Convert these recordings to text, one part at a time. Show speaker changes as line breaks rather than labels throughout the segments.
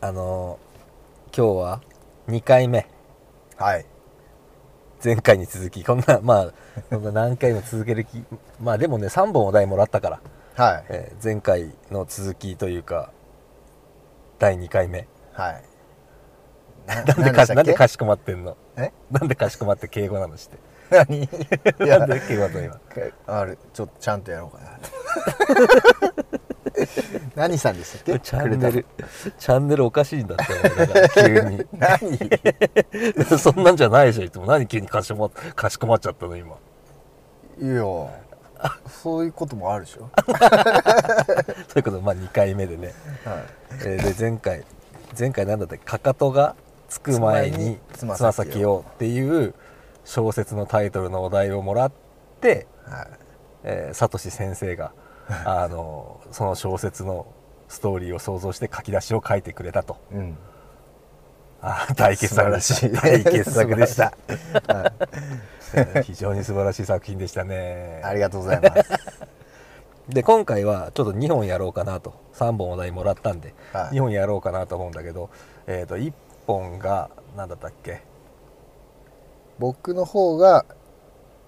あの今日は2回目
はい
前回に続きこんなまあこんな何回も続ける気まあでもね3本お題もらったから、
はい
えー前回の続きというか第2回目
はい
なんでかなんでかしこまってんの
え
なんでかしこまって敬語なのして
何い
なんで敬語なの今
あれちょっとちゃんとやろうかな 何さんでしたっけ
チャンネルチャンネルおかしいんだって俺ら急に
何
そんなんじゃないでしょいつも何急にかしこまかしこまっちゃったの今
いやそういうこともあるでしょ、
ということでまあ2回目でね
は
えーで前回前回なんだったっけかかとがつく前につ
つま先に
ま先をっていう小説のタイトルのお題をもらって、
いはい、
えー、サトシ先生 があのその小説のストーリーを想像して書き出しを書いてくれたと
うん、
あー大傑作で
素晴
した
ら
大
しい
傑作で した、
は
えー非常に素晴らしい作品でしたね
い、ありがとうございます、
で今回はちょっと2本やろうかなと3本お題もらったんで、
はい
2本やろうかなと思うんだけど、えー、と1本が何だったっけ
僕の方が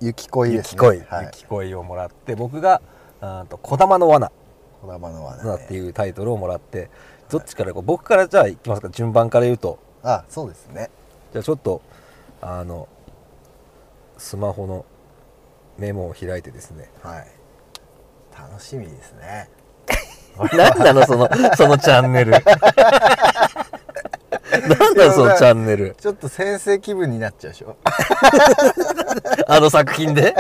雪
「
恋
ゆ
です
き
ね
恋」
はい
ゆき恋をもらって僕が「あーと小玉の罠
小玉の」罠、
っ
ね、
ていうタイトルをもらってどっちからこう僕からじゃあいきますか順番から言うと
あそうですね
じゃあちょっとあのスマホのメモを開いてですね
はい楽しみですね
何なのそのそのチャン ネル何なのそのチャンネル
ちょっと先生気分になっちゃうでしょ
あの作品で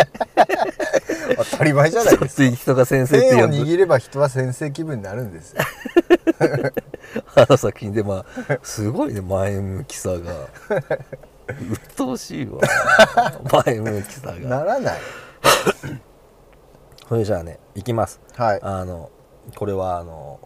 当たり前じ ゃないですか
人が先生って
ペンを
呼ぶ
握れば人は先生気分になるんで すよ
あの作品でまあすごいね前向きさが鬱陶しいわ前向きさが
ならない
それじゃあねいきます
はい
あのこれはあの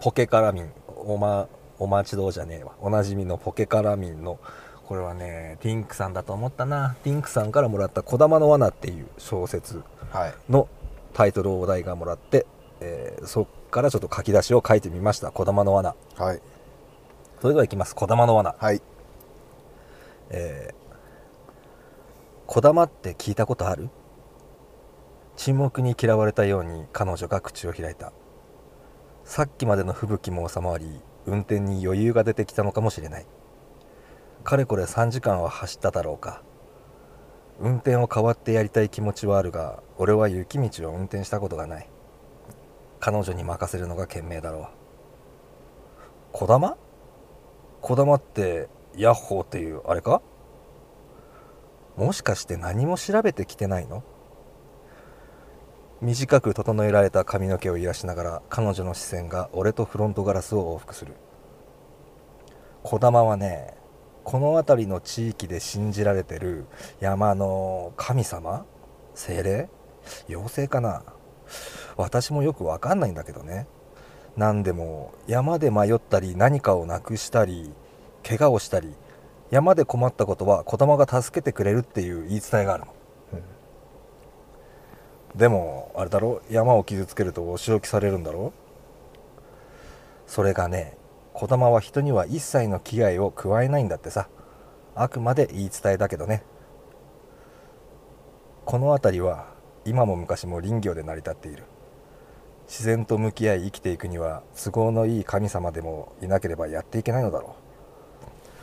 ポケカラミンお,、ま、お待ちどうじゃねえわおなじみのポケカラミンのこれはねティンクさんだと思ったなティンクさんからもらった「こだまの罠」っていう小説
はい
のタイトルをお題がもらって、えーそっからちょっと書き出しを書いてみました「こだまの罠」
はい
それではいきます「こだまの罠」
はい
えー、こだまって聞いたことある沈黙に嫌われたように彼女が口を開いたさっきまでの吹雪も収まり運転に余裕が出てきたのかもしれないかれこれ3時間は走っただろうか運転を代わってやりたい気持ちはあるが俺は雪道を運転したことがない彼女に任せるのが賢明だろうこだまこだまってヤッホーっていうあれかもしかして何も調べてきてないの短く整えられた髪の毛を揺らしながら彼女の視線が俺とフロントガラスを往復するこだまはねこの辺りの地域で信じられてる山の神様精霊妖精かな私もよくわかんないんだけどね何でも山で迷ったり何かをなくしたり怪我をしたり山で困ったことは子供が助けてくれるっていう言い伝えがあるの、でもあれだろ山を傷つけるとお仕置きされるんだろそれがね子供は人には一切の危害を加えないんだってさあくまで言い伝えだけどねこの辺りは今も昔も林業で成り立っている自然と向き合い生きていくには都合のいい神様でもいなければやっていけないのだろ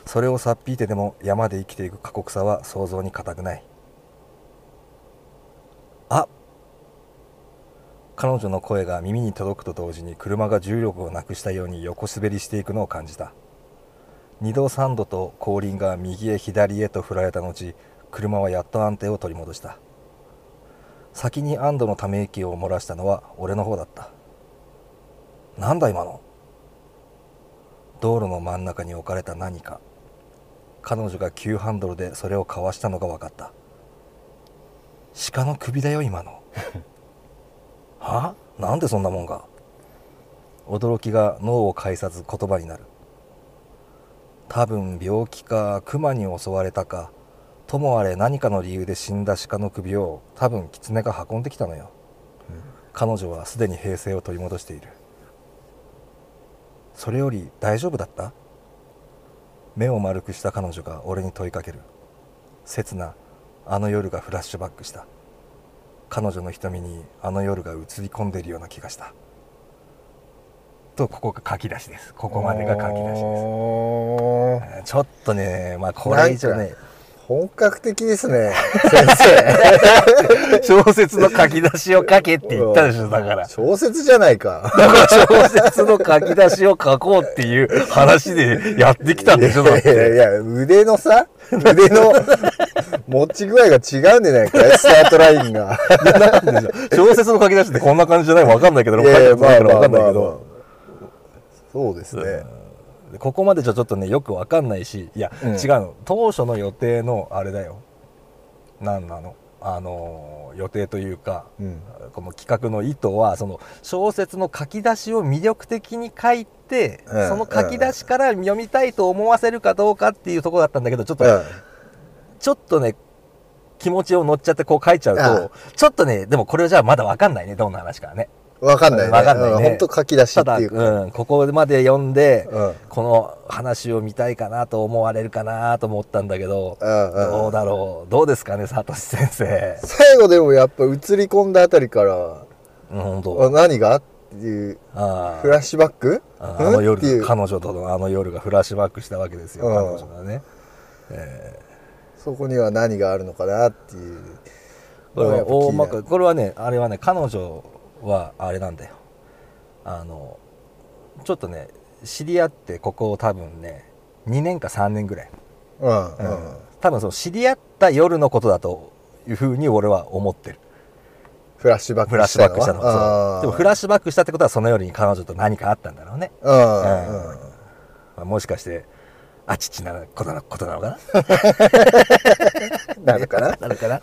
うそれをさっぴいてでも山で生きていく過酷さは想像に難くないあ彼女の声が耳に届くと同時に車が重力をなくしたように横滑りしていくのを感じた二度三度と後輪が右へ左へと振られた後車はやっと安定を取り戻した先に安堵のため息を漏らしたのは俺の方だったなんだ今の道路の真ん中に置かれた何か彼女が急ハンドルでそれをかわしたのが分かった鹿の首だよ今のはなんでそんなもんが驚きが脳を介さず言葉になる多分病気か熊に襲われたかともあれ何かの理由で死んだ鹿の首を多分狐が運んできたのよ、彼女はすでに平静を取り戻しているそれより大丈夫だった目を丸くした彼女が俺に問いかける刹那あの夜がフラッシュバックした彼女の瞳にあの夜が映り込んでいるような気がしたとここが書き出しですここまでが書き出しです
おー
えーちょっとねまあこれ以上ね
本格的ですね 先生
小説の書き出しを書けって言ったでしょだから
小説じゃないか
だから小説の書き出しを書こうっていう話でやってきたんでしょだっ
いやい
て
や腕のさ 腕の持ち具合が違うんじゃないかいスタートライ ンが
小説の書き出しってこんな感じじゃないわかんないけど
い
書い
やい
て
や
ないからわかんないけ
まあまあまあ
ど
そうですね、
でここまでじゃちょっとねよくわかんないしいや、
うん
違うの当初の予定のあれだよ何なのあのー予定というか
うん
この企画の意図はその小説の書き出しを魅力的に書いて、
うん
その書き出しから読みたいと思わせるかどうかっていうところだったんだけどちょっと、ちょっとね気持ちを乗っちゃってこう書いちゃうと、
うん
ちょっとねでもこれじゃあまだわかんないねどんな話かね
うん、わかんないね
わかんないね
本当書き出し
た
って
だ、
いうか
うん、ここまで読んで、
うんうん
この話を見たいかなと思われるかなと思ったんだけど、
うん
どうだろうどうですかねサトシ先 生
最後でもやっぱ映り込んだあたりから
うん本
あ
当
何がっていう
あ
フラッシュバック
あ
うん
あの
ってい
夜
う
が彼女とのあの夜がフラッシュバックしたわけですよ
うん
彼女がね
そこには何があるのかなっていう
これ
や
は
っぱ気に
大
な
ま
る
かこれはねあれはね彼女はあれなんだよあのちょっとね知り合ってここを多分ね2年か3年ぐらい、
うん
う
うんん
多分その知り合った夜のことだというふうに俺は思ってる
フラッシュバッ
フラッ
ク
シ
し
ュバ
た
ッ
の
クしたのはそうでもフ
ラ
ラッシュバックしたってことはその夜に彼女と何かあったんだろうね、
うんうん
まあ、もしかしてあちちなことなことなのか
なの かな
ななのかな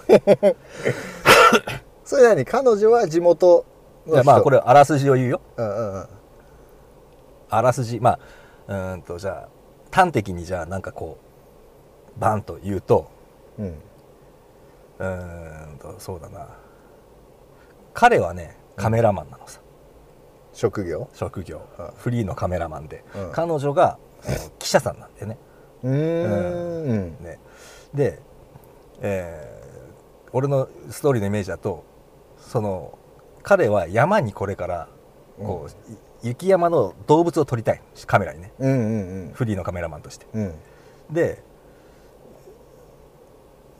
それなりに彼女は地元の
いや
人
まあこれあらすじを言うよ
うんうんうん
あらすじまあうーんとじゃあ端的にじゃあなんかこうバンと言うと
うん
うーんとそうだな彼はねカメラマンなのさ、
職業
職業、
うん
フリーのカメラマンで、
うん
彼女が、えー記者さんなんだよね
うーん
ねで、えー俺のストーリーのイメージだとその彼は山にこれからこう、い雪山の動物を撮りたいカメラにね
うんうん
フリーのカメラマンとして
うん
で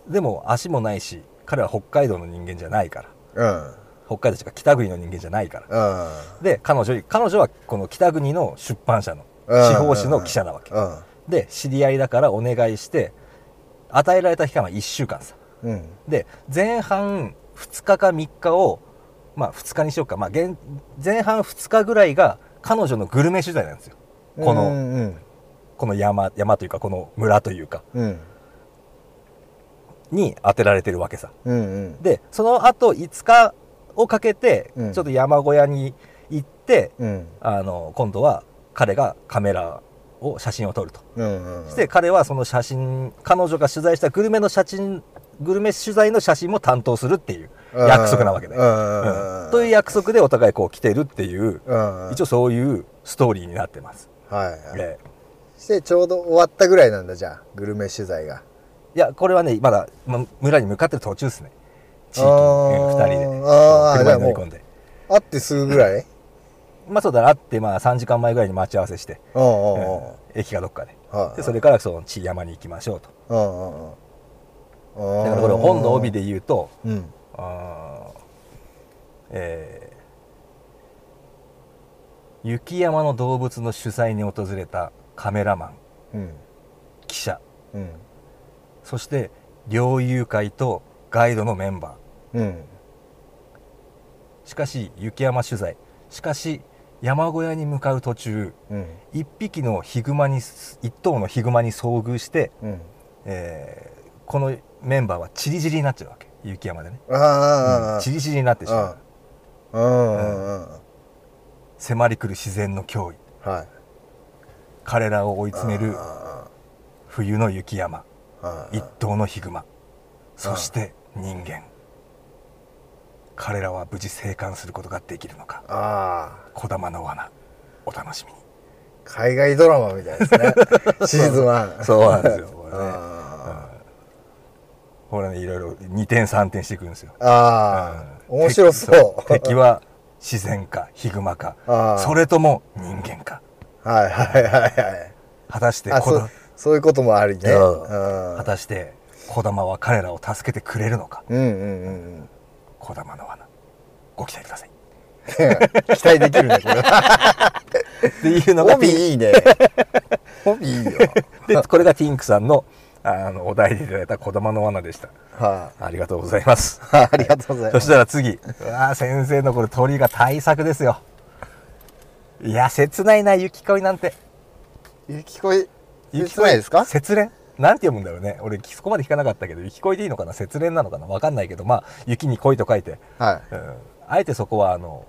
でも足もないし彼は北海道の人間じゃないから
うん
北海道しか北国の人間じゃないから
うん
で彼女より彼女はこの北国の出版社の
うん
司法紙の記者なわけ
うん
で知り合いだからお願いして与えられた期間は1週間さ
うん
で前半2日か3日をまあ2日にしようか、まあ、現前半2日ぐらいが彼女のグルメ取材なんですよこの
うんうん
この山山というかこの村というか
うん
に当てられてるわけさ
うんうん
でその後5日をかけて
うん
ちょっと山小屋に行って、
うん
あの今度は彼がカメラを写真を撮ると、
うんうん
そして彼はその写真彼女が取材したグルメの写真グルメ取材の写真も担当するっていう約束なわけだよ、
よ
という約束でお互いこう来てるっていう、
うん
一応そういうストーリーになってます、
はい
ええ
してちょうど終わったぐらいなんだじゃあグルメ取材が
いやこれはねまだま村に向かってる途中ですね地域に
あー
2人でこう
あーじ
車
ゃあ
に乗
もう
り込んで
会ってすぐぐらい
まあそうだな会ってまあ3時間前ぐらいに待ち合わせして、
うんうんうん
うん駅かどっかで
はい
でそれからその千山に行きましょうと
うんうんうん
だからこれ本の帯で言うと
うん
あーえー雪山の動物の取材に訪れたカメラマン
うん
記者
うん
そして猟友会とガイドのメンバ
うん
ーしかし雪山取材しかし山小屋に向かう途中
うん
一匹のヒグマに一頭のヒグマに遭遇して、
うん
えーこのメンバーはチリジリになっちゃうわけ雪山でね
ああああ
チリジリになってしまう
あうんうんうん
迫り来る自然の脅威
はい
彼らを追い詰める
あ
冬の雪山
あああ
一頭のヒグマそして人間彼らは無事生還することができるのか
あ
小玉の罠お楽しみに
海外ドラマみたいです ねシーズン1
そうなんですよこれね
あ
これねいろいろ2点3点していくんですよ
ーあー面白そう
敵敵は自然かヒグマか
あー
それとも人間か
はいはいはいはい
果たして
あ
こ
そ
だ
うそういうこともありね
うん
うん
果たして児玉は彼らを助けてくれるのか
うんうんう んうん
児玉の罠ご期待ください
期待できるねこれ
っていうのが
帯いいね帯いいよ
でこれがティンクさんのあのお題でいただいた児玉の罠でした
は
ありがとうございます
あ、ありがとうござい
そ
ま
し
す
たら次うわー先生のこれ鳥が大作ですよいや切ないな雪恋なんて
雪恋
雪恋
雪恋ですか
雪恋なんて読むんだろうね俺そこまで聞かなかったけど雪恋でいいのかな雪恋なのかなわかんないけどまあ雪に恋と書いて、
は
うんあえてそこはあの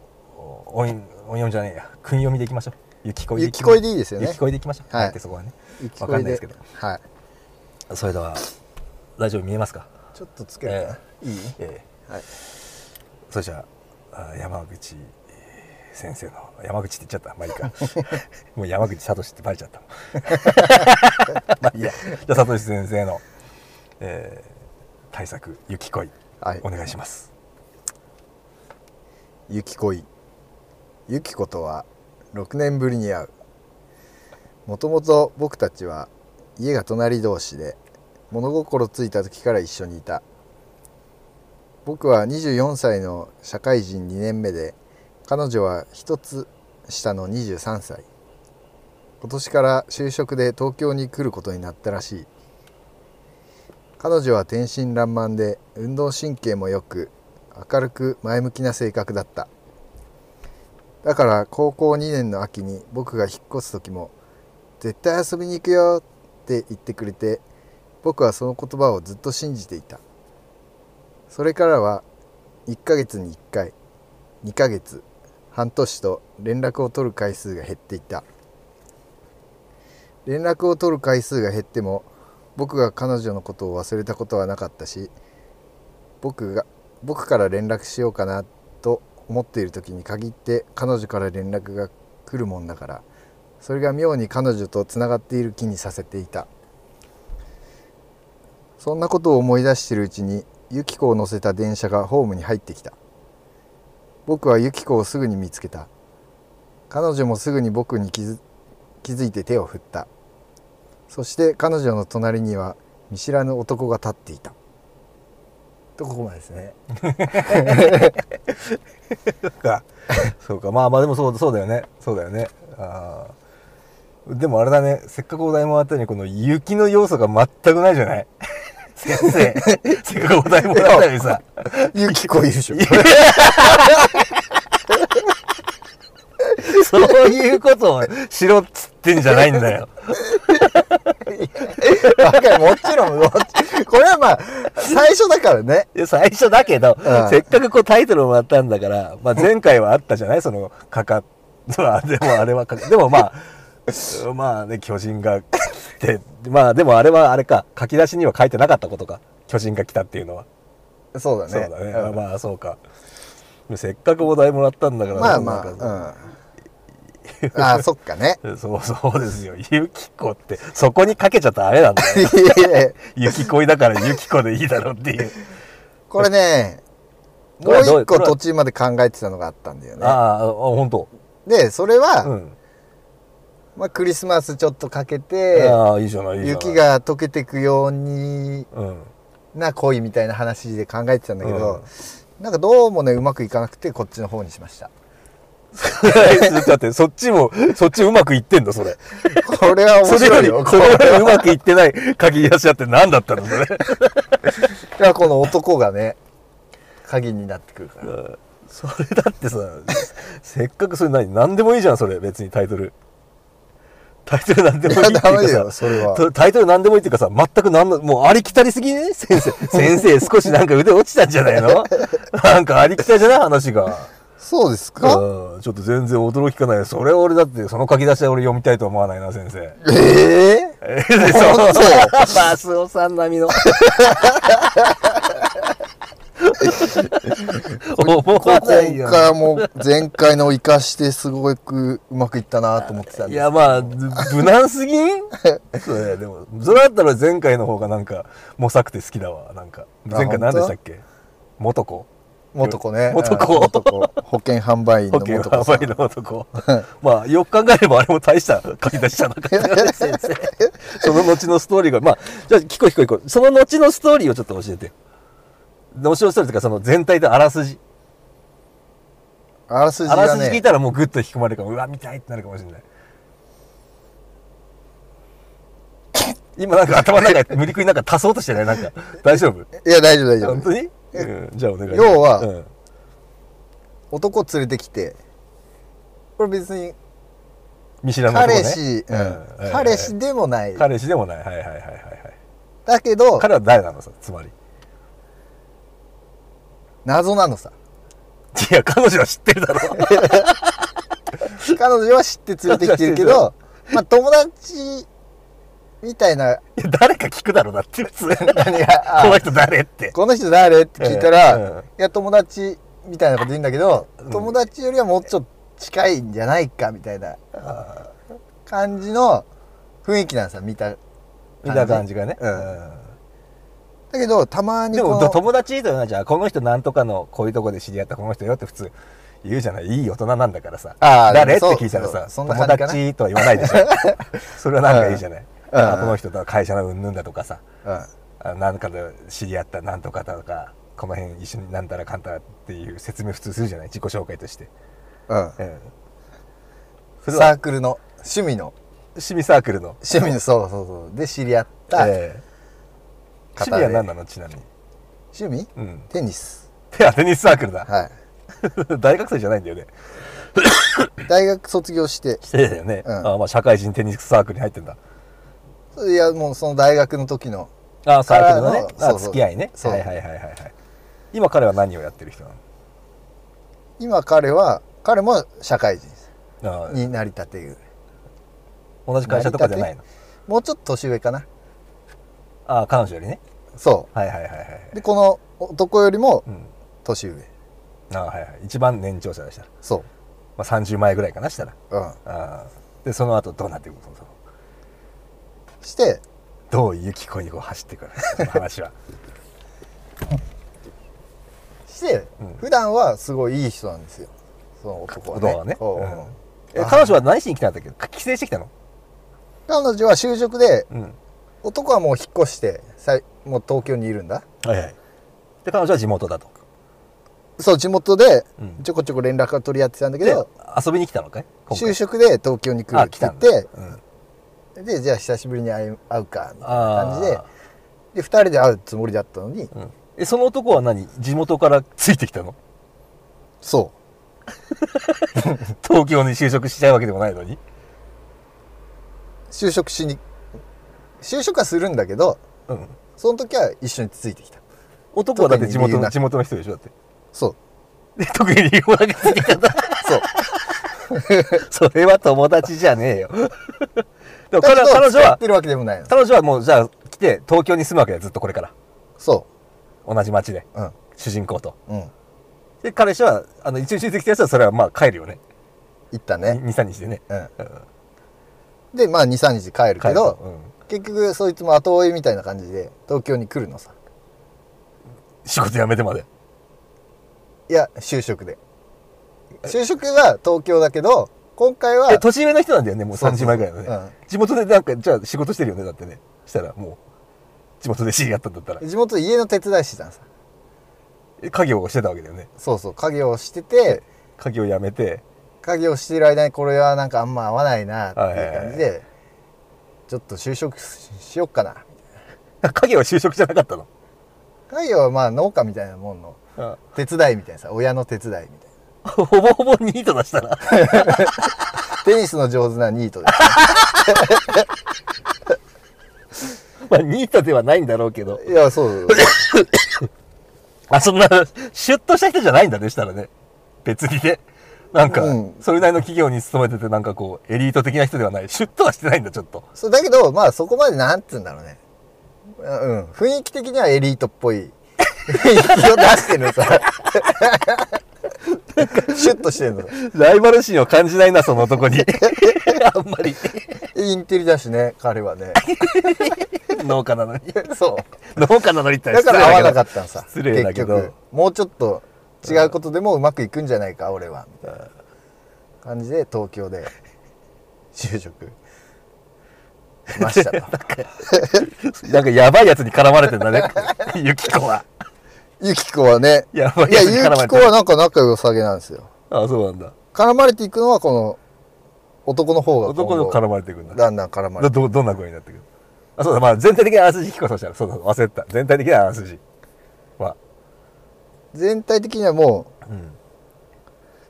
音音読みじゃねえや訓読みでいきましょう雪恋
い
でいき
雪
ましょう
恋でいいですよね
雪恋でいきましょう、
はい
あえてそこはね
雪
わ
恋
かんないですけど
はい
それでは大丈夫見えますか
ちょっとつけるかな、いい
ええ
はい
それじゃああ山口えー先生の山口って言っちゃったまあいい かもう山口聡ってバレちゃったまあいいやじゃあ聡先生の、えー、対策「雪恋」
はい
お願いします
ゆきこいゆき子とは6年ぶりに会うもともと僕たちは家が隣同士で物心ついた時から一緒にいた僕は24歳の社会人2年目で彼女は一つ下の23歳今年から就職で東京に来ることになったらしい彼女は天真爛漫で運動神経も良く明るく前向きな性格だっただから高校2年の秋に僕が引っ越す時も「絶対遊びに行くよ」って言ってくれて僕はその言葉をずっと信じていたそれからは1ヶ月に1回2ヶ月半年と連絡を取る回数が減っていた連絡を取る回数が減っても僕が彼女のことを忘れたことはなかったし僕が僕から連絡しようかなと思っている時に限って彼女から連絡が来るもんだからそれが妙に彼女とつながっている気にさせていたそんなことを思い出しているうちにユキコを乗せた電車がホームに入ってきた僕はユキコをすぐに見つけた彼女もすぐに僕に気づ気づいて手を振ったそして彼女の隣には見知らぬ男が立っていたとここまでですね
そうかそうかまあまあでもそうそうだよねそうだよねあーでもあれだねせっかくお題もらったのにこの雪の要素が全くないじゃない先生せっかくお題もらったのにさ
ユキコいるでしょ
そういうことをしろっつってんじゃないんだよ。
わかるもちろんもちこれはまあ最初だからね
いや最初だけど、
うん
せっかくこうタイトルをもらったんだから、まあ、前回はあったじゃない そのかかまあでもあれはかかでもまあまあね巨人が来てまあでもあれはあれか書き出しには書いてなかったことか巨人が来たっていうのは、
そうだね
そうだね、
ん
まあそうかせっかくお題もらったんだから
まあまあ、
なん
う
か
ん、ああそっかね
そうそうですよゆきこってそこにかけちゃダメなんだ よ
いやいや
雪恋だからゆきこでいいだろうっていう。
これね
ど
も
うや
う一
どう
個
や
途中まで考えてたのがあったんだよね
あああ本当。
でそれは、
うん。
まあ、クリスマスちょっとかけて
ああいいじゃないいいじゃない。
雪。が溶けてくように
うん。
な恋みたいな話で考えてたんだけど、
う
なんかどうもねうまくいかなくてこっちの方にしました
だってそっちもそっちうまくいってんのそれ。
これは
そ
面
れよ
白い
り
よ
それよりうまくいってない鍵出し合って何だったの それ。
いやこの男がね 鍵になってくるから
うんそれだってさせっかくそれ何何でもいいじゃんそれ別にタイトル。タイトル何でもいいっていう
いやダメだ
か
よ
さ
それは
タイトル何でもいいっていうかさ全く何のもうありきたりすぎね先生先生少しなんか腕落ちたんじゃない のなんかありきたりじゃない話が。
そうですか
うんちょっと全然驚きかないそれ俺だってその書き出しで俺読みたいと思わないな先生
ええ
えで そう
本当
マスオさん並みの思
こ
わないよ
こからもう前回の生かしてすごくうまくいったなと思ってたん
い
で
やまあぶ無難すぎんそうだよでもそれだったら前回の方がなんかもさくて好きだわなんか前回何でしたっけ元子
元子ね
元子
うん元子保険販売員の
保険
元
販
子さん
売の男まあよく考えればあれも大した書き出しじゃなかったよね 先生その後のストーリーがまあじゃあ聞こう聞こう聞こうその後のストーリーをちょっと教えてよ後のストーリーというかその全体のあらすじ
あらすじ
あら
が
すじ聞い
ね
たらもうグッと引き込まれるからうわ見たいってなるかもしれない今なんか頭の中で無理くりなんか足そうとしてないなんか大丈夫
いや大丈夫大丈
本
夫
当に、うん、じゃあお願いします
要は
うん
男連れてきてこれ別に
見知らぬ男ね
彼氏、うん
うん
彼氏でもない
彼氏でもないはいはいはいはいはい
だけど
彼は誰なのさつまり
謎なのさ
いや彼女は知ってるだろ
彼女は知って連れてきてるけど、まあ、友達みたいない
や誰か聞くだろだって普通にこ
何があ
の人誰って
この人誰って聞いたら、
ええうん
いや友達みたいなこと言うんだけど、
うん
友達よりはもうちょっと近いんじゃないかみたいな感じの雰囲気なんさ見ただ
みたいな感じがね、
うんけどたまに
で
こ
も
の
ど友達というのはじゃあこの人なんとかのこういうとこで知り合ったこの人よって普通言うじゃないいい大人なんだからさ
あー
誰って
そう
聞いたらさ
そうそんな
友
感じかな
達とは言わないで しょそれはなんかいいじゃない、
うん
あこの人とは会社の云々だとかさ
うん
あなんかで知り合ったなんとかだとかこの辺一緒になんたらかんたらっていう説明普通するじゃない自己紹介として、
うん
うん、それ
サ
は
ークルの趣味の
趣味サークルの
趣味のそうそうそうで知り合った、
ええ
方
趣
で
味は何なのちなみに、
趣味、
うん、
テニス
手当テニスサークルだ、
は
大学生じゃないんだよね
い大学卒業して
してだよね、
うん
あまあ社会人テニスサークルに入ってんだ
いやもうその大学の時の
あサークルのね
からの
あ付き合いね
そうそう
はいはいはいはいはい今彼は何をやってる人な
今彼は彼も社会人です
のあ
になりたてぐらい
同じ会社とかじゃないの
もうちょっと年上かな
あ彼女よりね
そ
はいはいはいはい、
うでこの男よりも
うん、
年上
あはいはい一番年長者でしたら、
そ
まあ、30前ぐらいかなしたら
う、うん、
あでその後どうなっていくのその
して
どういう気候にこう走ってくるその話 は
して、
うん
普段はすごいいい人なんですよその男はね
男はね
そう
うん
うん
え彼女は何しに来たんだっけ帰省してきたの
彼女は就職で
うん
男はもう引っ越してさいもう東京にいるんだ
はいはいで彼女は地元だと
そう地元で
うん
ちょこちょこ連絡は取り合ってたんだけ
で
ど、
遊びに来たのかい今回
就職で東京に来る
あ
っ
来
て
た
言
ん
っ
だ
て
うん
でじゃあ久しぶりに会う会うかみたいな
あ
感
あ
じでで2人で会うつもりだったのに
うん、えその男は何地元からついてきたの
そ
東京に就職したいわけでもないのに
う就職しに就職はするんだけど
うん
その時は一緒についてきた
男はだって地
特に
元
理由な
の
く
地元の人でしょだって
そう
で特に理由もなくついてきたん だ
そ
そ
う
れは友達じゃねえよ でも彼
だけど
は彼女
付き合っ
は
てるわけでもないの
彼女はもうじゃあ来て東京に住むわけだよずっとこれから
そ
同じ町で
ううん
主人公と
うん
で彼氏はあの一応出てきたやつはそれはまあ帰るよね
行ったね
23日でね
うん
うん
でまあ23日帰
帰
るけ
る
ど
と、うん、
結局そいつも後追いみたいな感じで東京に来るのさ
仕事辞めてまで
いや就職で就職は東京だけど今回 は
え年上の人なんだよねもう30前ぐらいのね
そうそうそう
地元でなんかじゃあ仕事してるよねだってねしたらもう地元で知り合ったんだったら
うん地元で家の手伝いしてたのさ
え家業をしてたわけだよね
そうそう家業をしてて
家業辞めて
家業をしている間にこれはなんかあんま合わないなっていう感じ
は
でちょっと就職ししよっかな
家業は就職じゃなかったの
家業はまあ農家みたいなもんの
あ
手伝いみたいなさ親の手伝いみたいな
ほぼほぼニートだしたら
テニスの上手なニートです
まあニートではないんだろうけど
ねいやそうそうそう
あそんなシュッとした人じゃないんだねしたらね別にねなんか、
うん
それなりの企業に勤めててなんかこうエリート的な人ではないシュッとはしてないんだちょっと
そうだけどまあそこまでなんつうんだろうねうん雰囲気的にはエリートっぽい息を出してるのさシュッとしてるの
ライバル心を感じないな、その男に。 あんまり。
インテリだしね彼はね
農家なのに。
そう
農家なのにって言
だ
った
からら合わなか
っ
ったんさ
失礼だけど
結局もうちょっと違うことでもうまくいくんじゃないか俺はみたいな感じで東京で 就職しましたと
た。なんかやばいやつに絡まれてんだ ね。ユキコは。
ゆきこはね
やばい
いや
やつに
ゆ
絡ま
き
れ
こ
てる
はなんか仲良さげなんですよ
あ、そうなんだ。
絡まれていくのはこの男の方が
男の絡まれていくんだ。
だんだん絡まれ
どど
て
どんな声になってくるあそうだまあ全体的なあらすじ聞こうとしたらそうだ忘れてた全体的なあらすじは、
全体的にはも
うん
う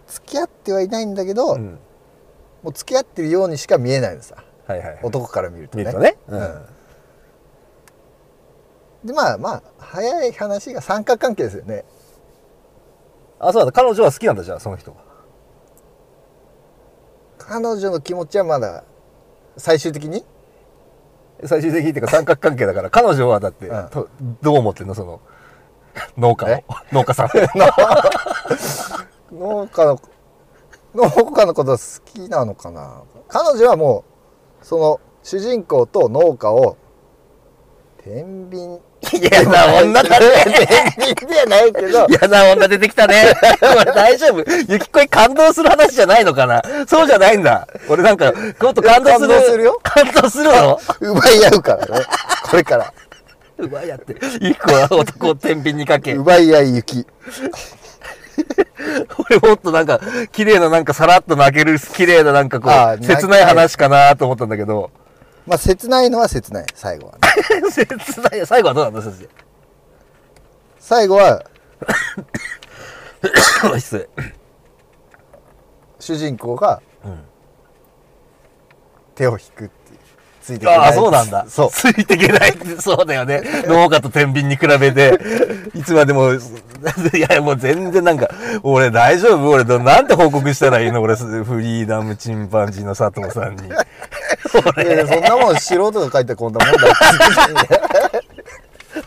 付き合ってはいないんだけど、
うん、
もう付き合ってるようにしか見えないのさ
はいはい、はい、
男から見るとね
見るとね、うん
うんでまあまあ早い話が三角関係ですよね
あそうだ彼女は好きなんだじゃあその人は
彼女の気持ちはまだ最終的に
最終的にっていうか三角関係だから彼女はだって、
うん
とどう思ってんのその農家を
え
農家さん
農家の農家のこと好きなのかな彼女はもうその主人公と農家を天秤
嫌な女だね
天秤ではないけど
嫌な女出てきた ねこれ大丈夫ゆきこに感動する話じゃないのかなそうじゃないんだ俺なんかもっと感動する
感動するよ
感動するの
奪い合うからねこれから
奪い合ってゆきこは男を天秤にかけ
奪い合い雪
俺もっとなんか、綺麗ななんかさらっと泣ける、綺麗ななんかこ
あー
う、
泣け
切ない話かなと思ったんだけど、
まあ切ないのは切ない最後はね
切ない、最後はどうなんだ、先
最後は
生。 失礼。
主人公が
うん
手を引くっていうついてけ
ああ、そうなんだ。
そう
ついていけないって、そうだよね。農家と天秤に比べて、いつまで も、いや、もう全然なんか、俺大丈夫俺ど、なんて報告したらいいの俺、フリーダムチンパンジーの佐藤さんに。
いやいやそんなもん素人が書いてこんなもん だ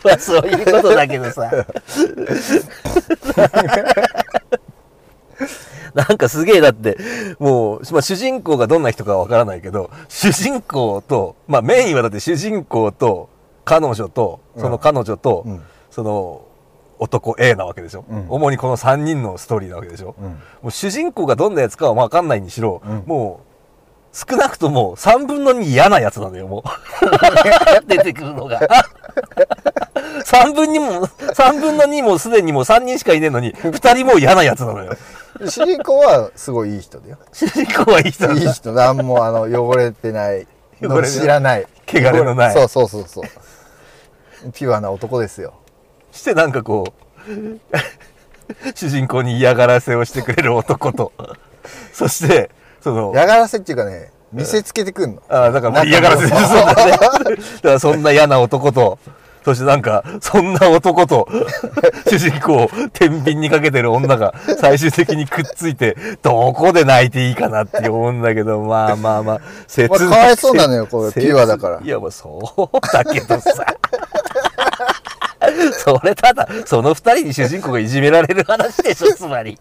まあ、そういうことだけど さ。なんかすげえだって、もう、まあ、主人公がどんな人かわからないけど、主人公と、まあメインはだって主人公と、彼女と、その彼女と、
うん
その男 A なわけでしょ、
うん
主にこの3人のストーリーなわけでしょ、
うん
もう主人公がどんなやつかはわかんないにしろ、
うん
もう、少なくとも3分の2嫌なやつなのよ、も う。 出てくるのが。3分にも、3分の2もすでにもう3人しかいねえのに、2人もう嫌なやつなのよ。
主人公はすごいいい人だよ
主人公はいい人なん
いい
だ。
人 何もあの汚れてない
汚れてない
知らない
汚れのない
そうそうそうそうピュアな男ですよ
してなんかこう、主人公に嫌がらせをしてくれる男と、そして、その、
嫌がらせっていうかね見せつけてくんの
ああ、だからもう嫌がらせでしょ、そう だね。だからそんな嫌な男と、そしてなんか、そんな男と、 主人公を天秤にかけてる女が最終的にくっついて、どこで泣いていいかなって思うんだけど、まあまあまあ、切
まあかわいそうなのよこれ
切
ピュアだから
いや、まあそうだけどさ。 それただ、その二人に主人公がいじめられる話でしょ、つまり。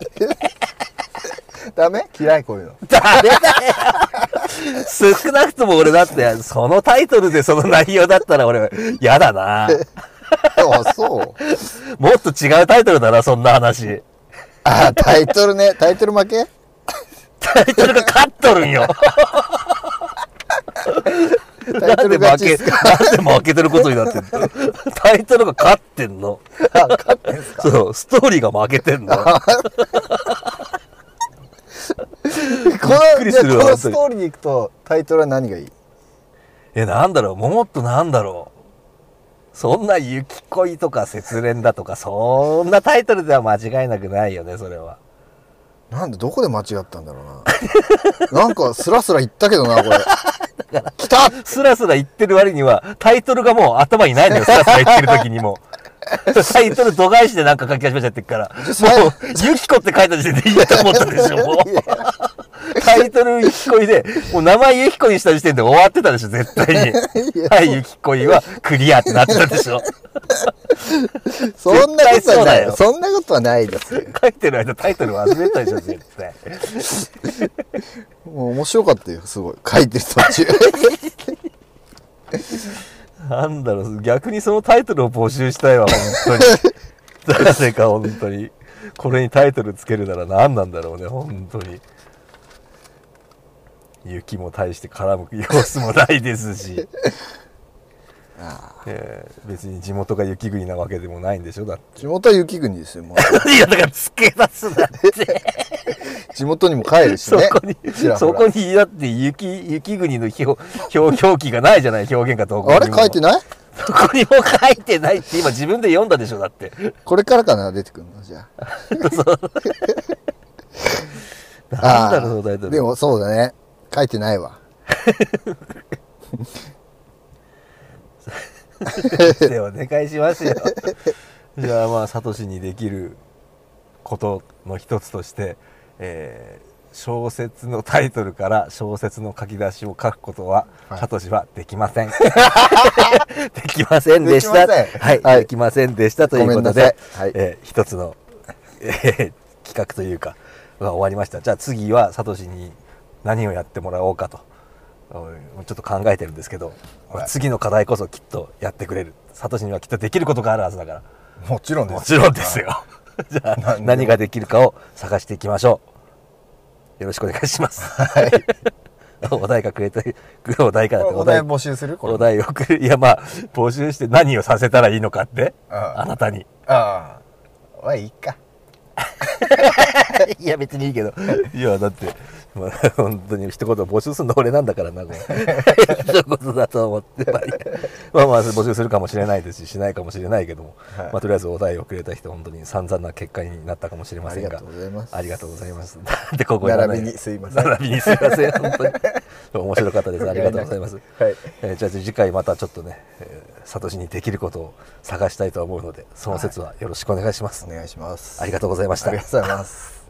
ダメ嫌いこういうの
誰だよ少なくとも俺だってそのタイトルでその内容だったら俺嫌だな
あそう
もっと違うタイトルだなそんな話
あタイトルねタイトル負け
タイトルが勝っとるんよ
タイ
な
ト
んで
ル
負
勝ち
け
っすか
なんで負けてることになってんのタイトルが勝ってんの
あ勝ってんすか
そうストーリーが負けてんの
こ
く
の
り
じゃ
す
あ
るわ
このストーリーに行くとタイトルは何がいい
えなんだろうもっとなんだろうそんな雪恋とか雪恋だとかそんなタイトルでは間違いなくないよねそれは
なんでどこで間違ったんだろうななんかスラスラ言ったけ どなこれ来た
スラスラ言ってる割には、タイトルがもう頭にないのよ、スラスラ言ってる時に も。タイトル度外視でなんか書き始めちゃってるから。もう、ユキコって書いた時点でいいと思ったでしょ、もう。タイトルゆきこいで、もう名前ゆきこいにした時点で終わってたでしょ、絶対に。はい、ゆきこいはクリアってなってたで しょ。
そんなことはない
絶対そうだよ
そんなことはないですよ
書いてる間タイトル忘れてたでしょ、絶対。
もう面白かったよすごい書いてる途 中
なんだろう、逆にそのタイトルを募集したいわ、本当 に。誰か本当に。これにタイトルつけるなら何なんだろうね、本当に。雪も大して絡む様子もないですし、
ああ
えー別に地元が雪国なわけでもないんでしょだって。
地元は雪国ですよもう
いやだから付け出すな って、
地元にも帰るし
そ
ね
こに
ちらほ
そ
ら
こにだって雪雪国の表表表記がないじゃない表現がどこ
あ
に
れ
も
書いてない
どこにも書いてないって今自分で読んだでしょだ って
これからかな出てくるのじゃあ
なんだろうそ
ああ
のタイトル
でもそうだね書いてないわ
でお願いしますよじゃあまあサトシにできることの一つとして、えー小説のタイトルから小説の書き出しを書くことは、
はい
サトシはできません できませんでした
できません
はい、
はい
できませんでしたという
ご
こ
めん
と
な
で、
さいはい
えー一つの、えー 企画というかが終わりましたじゃあ次はサトシに何をやってもらおうかとうんちょっと考えてるんですけど、
はい
次の課題こそきっとやってくれるサトシにはきっとできることがあるはずだか
もちろん
ら
です
もちろんですよ じゃあ
何でも
何ができるかを探していきましょうよろしくお願いします
はい
お題がくれたお題から
お題募集するこれ
お題をくれいやまあ募集して何をさせたらいいのかって
ああ
あなたに
ああはいいいか
いや別にいいけどいやだって、まあ、本当に一言募集するの俺なんだから なこれ一言だと思ってまあいいや まあまあ募集するかもしれないですししないかもしれないけども、
はい
まあ、とりあえずお題をくれた人本当に散々な結果になったかもしれませんが
ありがとうございます
ありがとうございます なんでここやらない
並びにすいません
並びにすいません本当に面白かった ですありがとうございます
はい
えーじゃあ次回またちょっとね、えー、サトシにできることを探したいと思うのでその説はよろしくお願いします、
お願いします
ありがとうございました
ありがとうございます